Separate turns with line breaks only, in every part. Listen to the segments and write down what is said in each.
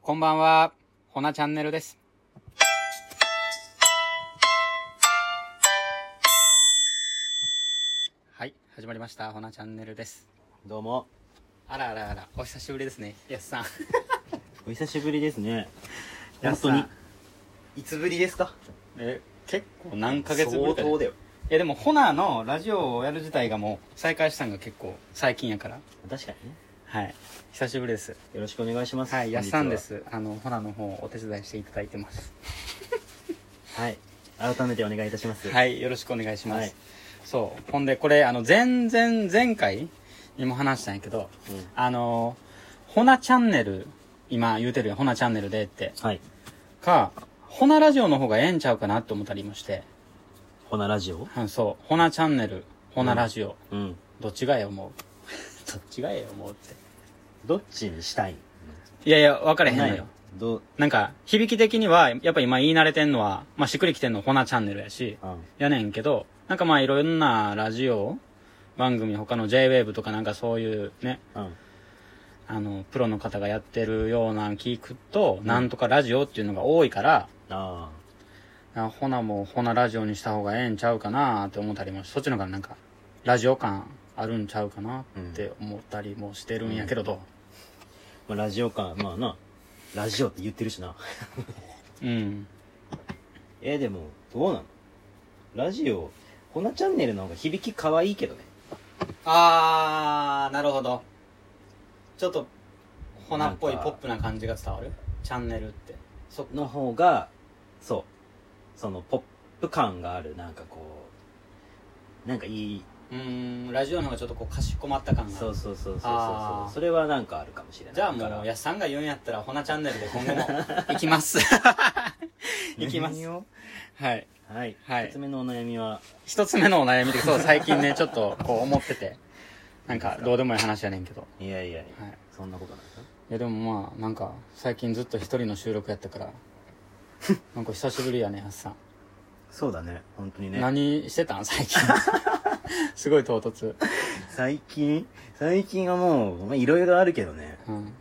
こんばんは、ほなチャンネルです。はい、始まりました、ほなチャンネルです。
どうも
あらあらあら、お久しぶりですね、やすさん。
お久しぶりですね
や
本
すさ
当
ん
にいつぶりですか
え、結構何ヶ月ぶり
相
か
当
ね
だよ
え、でも、ほなのラジオをやる自体がもう、再開したんが結構最近やから。
確かにね
はい、久しぶりです。
よろしくお願いします
はい、やすさんで
本
す。あの、ほなの方、お手伝いしていただいてます。
日ははい改めてお願いいたします
はい、よろしくお願いします。
はい
そう。ほんで、これ、あの、前前前回にも話したんやけど、
うん
あの、ほなチャンネル、今言うてるやん、ほなチャンネルでって、
はい
か、ほなラジオの方がええんちゃうかなって思ったりもして、
ほなラジオ
うん、そう、ほなチャンネル、ほなラジオ、
うん
どっちがええ思う どっちがええ思うって。
どっちにしたい
いやいや、分かれへんの
ない
よ。
どう
なんか、響き的には、やっぱ今言い慣れてんのは、まあ、しっくりきてんのほなチャンネルやし、
あ
やねんけど、なんかまあいろんなラジオ番組、他の JWAVE とかなんかそういうね、
うん
あの、プロの方がやってるようなん聞くと、なんとかラジオっていうのが多いから、
あ
あほなもほなラジオにした方がええんちゃうかなって思ったりもし、そっちの方がなんか、ラジオ感あるんちゃうかなって思ったりもしてるんやけど、ど
まあラジオかまあなラジオって言ってるしな
ううん。
えーでもどうなのラジオほなチャンネルの方が響き可愛いけどね
あー、なるほど。ちょっと、ほ
なっぽいポッ
プな感じが伝わるチャンネルって。そっ
の方がそうそのポップ感があるなんかこうなんかいいう
ーんラジオの方がちょっとこうかしこまった感が
そうそうそうそうそう
あ
そ
ー
うそれはなんかあるかもしれない
じゃあも
から
うやっさんが言うんやったらほなチャンネルで今後も 行きます行きます
何を
はい
はい、
はい
一つ目のお悩みは
一つ目のお悩みでそう最近ねちょっとこう思っててなんかどうでもいい話やねんけど、
いやいやいや
はい、い
そんなことないか
やでもまあなんか最近ずっと一人の収録やったからなんか久しぶりやねやっさん、
そうだね本当にね
何してたん最近 すごい唐突、
最近最近はもうまあいろいろあるけどね
うん、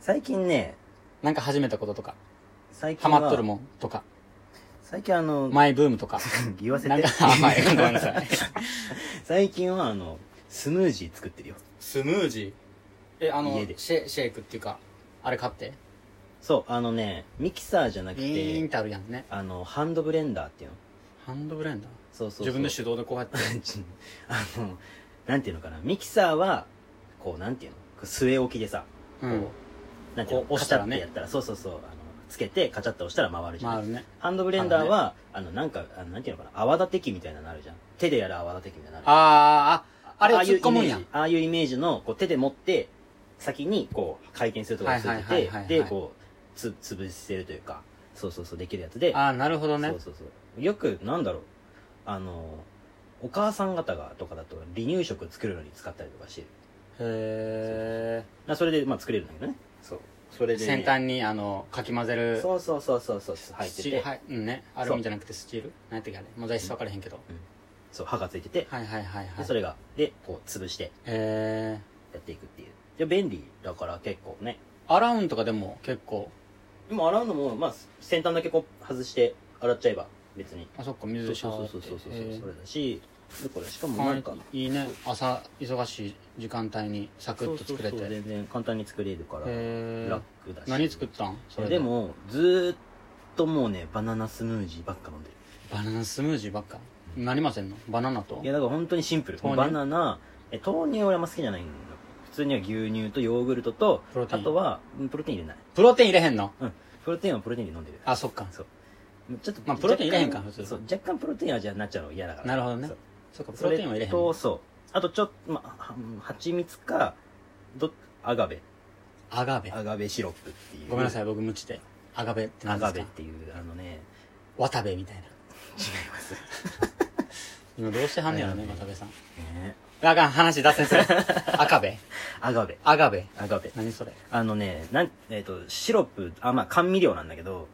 最近ね
なんか始めたこととか
最
ハ
近は
マっとるもんとか
最近あの、
マイブームとか
言わせ
なん
て
かあはいごめんなさい
最近はあのスムージー作ってるよ
スムージーえあの
家で
シェシェイクっていうかあれ買って
そうあのねミキサーじゃなく
ビーン
て
ってあるやんね
あのハンドブレンダーっていうの
ハンドブレンダー
そうそうそう
自分の手動でこうやって
あのなんていうのかなミキサーはこうなんていうのこう据え置きでさ
う
こう、
ん
なんていうの
こう押したらね
カチャってやったらそうそうそうあのつけてカチャッと押したら回るじゃん、
回るね
ハンドブレンダーはあのなんかあのなんていうのかな泡立て器みたいなのあるじゃん手でやる泡立て器みたいなのる
あーああれを
ああい
突っ
うイメ
込むんや
ージああいうイメージのこう手で持って先にこう回転するところにつ
はいはいはいいはいはい
ててでこうつ潰せるというかそうそうそうできるやつで
ああなるほどね
そうそうそうよくなんだろうあのお母さん方がとかだと離乳食作るのに使ったりとかしてる
へ
なそれでまあ作れるんだけどねそうそれ
え先端にあのかき混ぜる
そうそうそうそうそう入って
スチー
て
ルはいうんねアルミじゃなくてスチール何やったっけあれもう材質分からへんけど
そう歯がついてて、
はいはいはいはい
でそれがでこう潰して
へえ
やっていくっていうで便利だから結構ね
アラウンとかでも結構
でも洗うのもまあ先端だけこう外して洗っちゃえば別に
あそっか
そう
水シャ
そ
ワー
う
って
そうそうそうそう、
へえ
それだしでこれしかもなんか
あいいね朝忙しい時間帯にサクッと作れ
そうそうそう
て
全然簡単に作れるから
へー
楽だし
何作ったんそれ
でもずーっともうねバナナスムージーばっか飲んでる
バナナスムージーばっかなりませんのバナナと
いやだから本当にシンプル
豆乳
バナナえ豆乳俺あんま好きじゃないんだよ普通には牛乳とヨーグルトと
プロテイ
あ
ン
とはうんプロテイン入れない
プロテイン入れへんの
うんプロテインはプロテインで飲んでる
あそっか
ちょっと
まあプロテイン入れへんか
若干
普通
そう若干プロテイン味になっちゃうの嫌だから
なるほどね
そう
そっかプ
そ
ロ
れ
テインは入れへん
と
の
そうあとちょっとまあは蜂蜜かどアガベ
アガベ
アガベシロップっていう
ごめんなさ
い
い僕無知でアガベって
ア
何で
ガ
す
ベっ
か
ていうあのね
渡部みたいな
違います
今どうしてはんねやろね
アガベ
渡部さん
ね
あかん話脱線 する赤部
アガベ
アガベ
アガベ
何それ
あのね、なん、えっ、と、シロップ、あ、まあ、甘味料なんだけど、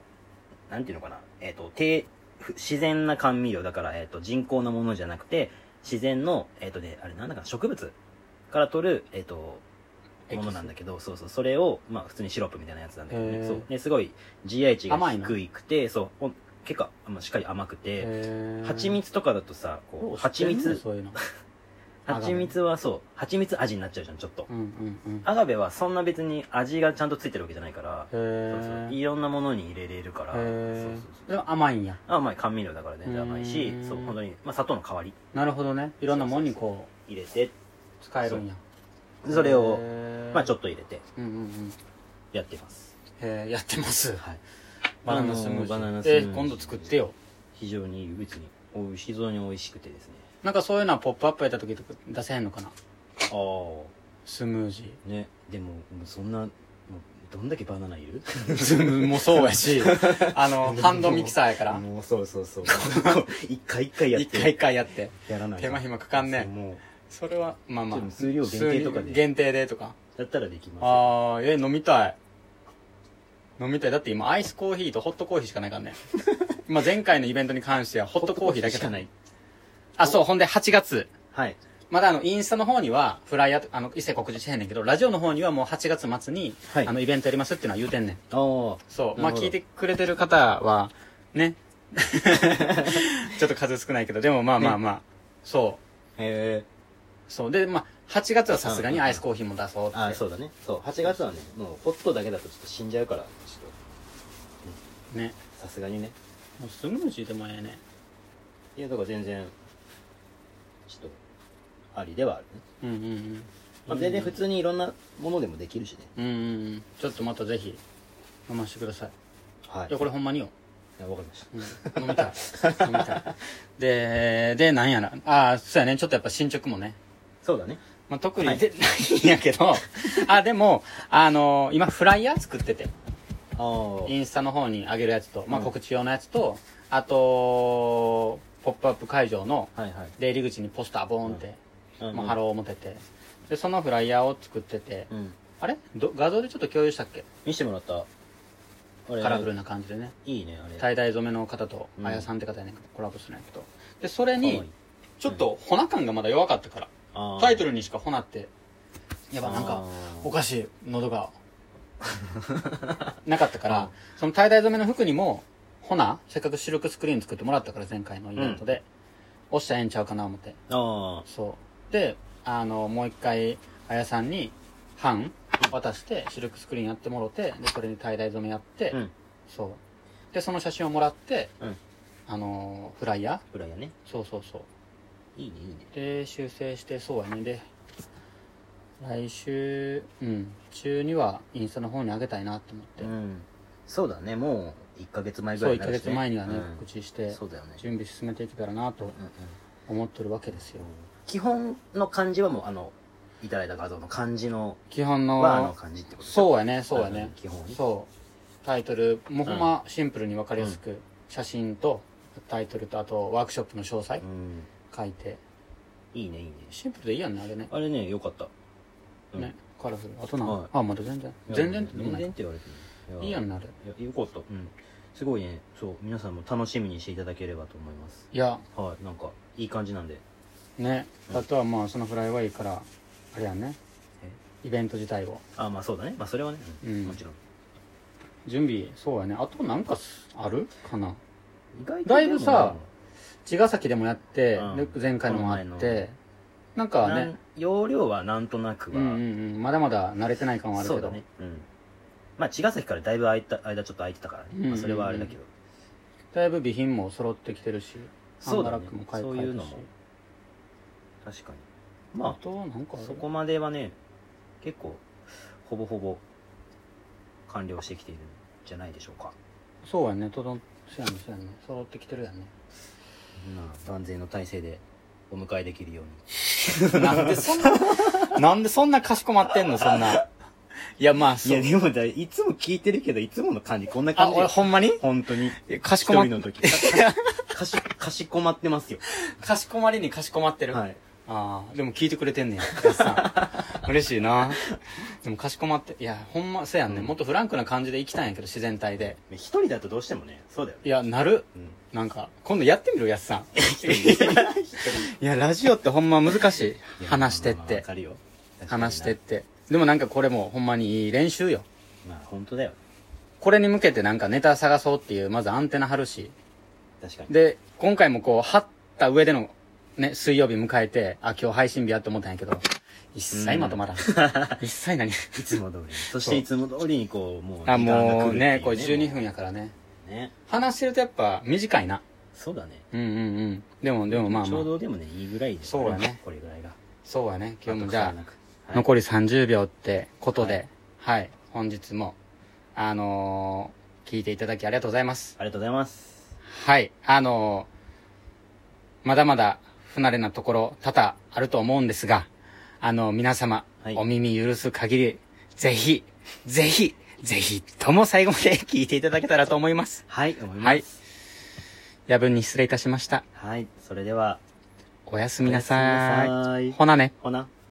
なんていうのかな、えっ、と、低、ふ自然な甘味料だから、えっ、と、人工のものじゃなくて、自然の、えっ、とね、あれなんだかな、植物から取る、えっ、と、ものなんだけどそうそうそれを、まあ、普通にシロップみたいなやつなんだけど
へ
ね
ー
そうですごい GI 値が
甘いの
低くてそうほん結構、まあ、しっかり甘くて
へー
蜂蜜とかだとさこう蜂
知ってんね
蜜
そういうのアガベ
蜂蜜はそう蜂蜜味になっちゃうじゃんちょっと
うんうんうん
アガベはそんな別に味がちゃんとついてるわけじゃないから
へ
そう
ー
そういろんなものに入れれるからそう
へ
そう
ー
そ
で
う
も甘いんや
甘い甘味料だから全然甘いし
うん
そう本当にまあ砂糖の代わり
なるほどねいろんなもんにこ
入れて
う使えるんや
それをまあちょ
っ
っと入れて
とうんうんうん
やってます
へーやってます
はい
バナナスムージ
あのバナ
ー
ナスムージ
え
ー
今度作ってよ
非常に別に美味し非常に美味しくてですね
なんかそういうのは「ポップアップやった時とか出せへんのかな
ああ
スムージ
ねでももうそんなもうどんだけバナナいる
ーもうそうや しあのハンドミキサーやから
もうそうそうそう 一回一回やっ
一回一
て
回やって
やらないと
手間暇かかんね
そうもう
それはまあま
ちょ
あ
っと数量限定とかで
数限定でとか
だったらできま
ああえ飲みたい飲みたいだって今アイスコーヒーとホットコーヒーしかない からねまあ前回のイベントに関してはホ
す
ットコーヒーだけ
しかない
あそうほんで8月
はい
まだあのインスタの方にはフライヤーとあの一切告知してへんねんけどラジオの方にはもう8月末に、
はい
あのイベントやりますっていうのは言うてんねん
ああ
そうまあ
なるほど
聞いてくれてる方はね ちょっと数少ないけどでもまあまあまあ、そう
へえ
そうでまあ8月はさすがにアイスコーヒーも出そうって
あそうだねそう8月はねもうホットだけだとちょっと死んじゃうからちょっ
ね
とさすがにね
もうスムージーでもええね
いやだから全然ちょっとありではあるね、
うんうんうん
まあ、全然普通にいろんなものでもできるしね
うんうんうんちょっとまたぜひ飲ましてください
はい
いやこれほんまによ、
いやわかりました
うん、飲みたい飲みたいででなんやらああそうやねちょっとやっぱ進捗もね、
そうだね
まあ、特に、
はい
でないんやけどあでもあの今フライヤー作ってて
あ
イ
あ
ンスタの方に上げるやつと、まあ、
うん
告知用のやつと、あと「ポップアップ会場の
はいはい
出入り口にポスターボーンって、
うん
まあ、ハローも出てでそのフライヤーを作ってて、
うん
あれど画像でちょっと共有したっけ
見せてもらったあれ
カラフルな感じでね
いいねあれ
tieダイ染めの方と
うん
あやさんって方やねんけどコラボするんやけどでそれ
かわ
に
いい
ちょっと粉感がまだ弱かったから
あー
タイトルにしか粉ってやばなん
あ
か
ー
おかしい喉がなかったか
うん
らそのtieダイ染めの服にも粉せっかくシルクスクリーン作ってもらったから前回のイベントで、押したらええんちゃうかな思って
あ
そうであのもう一回あやさんに半渡してシルクスクリーンやってもろてでそれにタイダイ染めやって、
あうん
そうでその写真をもらって、
うん
あのーフライヤー
フライヤーね
そうそうそう
いいねいいね
で修正してそうやねで来週うん中にはインスタの方にあげたいなと思って、
うんそうだねもう1ヶ月前ぐ
そう
らい
1
にな
ヶ
るし
月前にはね、
うん
告知して
そうだよね
準備進めていけたらなと
うんうん
思ってるわけですよ
基本の感じはもうあのいただいた画像の感じの
基本の
はあの感じってことでしょ
そうやねそうやね
うん基本ね
そうタイトルもうほんまシンプルに分かりやすく、写真とタイトルとあとワークショップの詳細
うん
書いて
いいねいいね
シンプルでいいやんねあれね
あれねよかったうん
ねカラフルあとな、
はい
あまだ全然全然ってでも
全
ない
然って言われても
いいやん
な
なあれ
いやよかったうんすごいねそう皆さんも楽しみにしていただければと思います
いや
はいなんかいい感じなんで
ねあとはまあそのフライはいいからあれやんねイベント自体を
あまあそうだねまあそれはねうん
うん
もちろん
準備そうやねあとなんかすあるかな
意外
だいぶさ茅ヶ崎でもやって、
うん
で前回のもあっ
この前
て
の
なんか
な
ね
ん容量はなんとなく
うんう
は
んうんまだまだ慣れてない感はあるけ
そう
ど
だねうんまあ茅ヶ崎からだいぶ空いた間ちょっと空いてたから
うんうんう
ね
ん
まあそれはあれだけど
だいぶ備品も揃ってきてるし
そうだ
ハ
ね
ンドラックも買い
そういうの
替え
も確か
た
に
し
まあ
あとなんかある
そこまではね結構ほぼほぼ完了してきているんじゃないでしょうか
そうやねとどんそうやねそうやね揃ってきてる やんね
万全の体制でお迎えできるように
なんでそん ななんでそんなかしこまってんのそんないやまあそう
でもだいつも聞いてるけどいつもの感じこんな
あ俺
よ
ほんまに
本当に
いやかしこま
一人の時かかしかしこまってますよ
かしこまりにかしこまってる、
はい
ああでも聞いてくれてんねややっさん嬉しいなでもかしこまっていやほんまそうやんね、
うん
もっとフランクな感じで行きたいんやけど自然体で
一人だとどうしてもねそうだよね
いやなる
うん
なんか今度やってみろやっ さん
一人で
いやラジオってほんま難しい話してっ
わ
て
かるよ
話してってでもなんかこれもほんまにいい練習よ
まあ本当だよ
これに向けてなんかネタ探そうっていうまずアンテナ張るし
確かに
で今回もこう張った上でのね水曜日迎えてあ今日配信日やって思ったんやけど一切まとまらん一切 何
いつも通りにそしていつも通りにこうもう
あもうねこれ
れ
12分やからね
ね
話してるとやっぱ短いな
そうだね
うんうんうんでもでもまあ
ち
ま
ょう
あ
どでもねいいぐらいで
そうだね
これぐらいが
そうやね今日もじゃあ
あ残
残り30秒ってことではい、本日もあのー聞いていただきありがとうございます
ありがとうございます
はいあのーまだまだ不慣れなところ多々あると思うんですがあの皆様、
はい
お耳許す限りぜひぜひぜひとも最後まで聞いていただけたらと思います
はい思います
はい夜分に失礼いたしました
はいそれでは
おやすみなさ
おやすみなさ
い
い
ほなね
ほな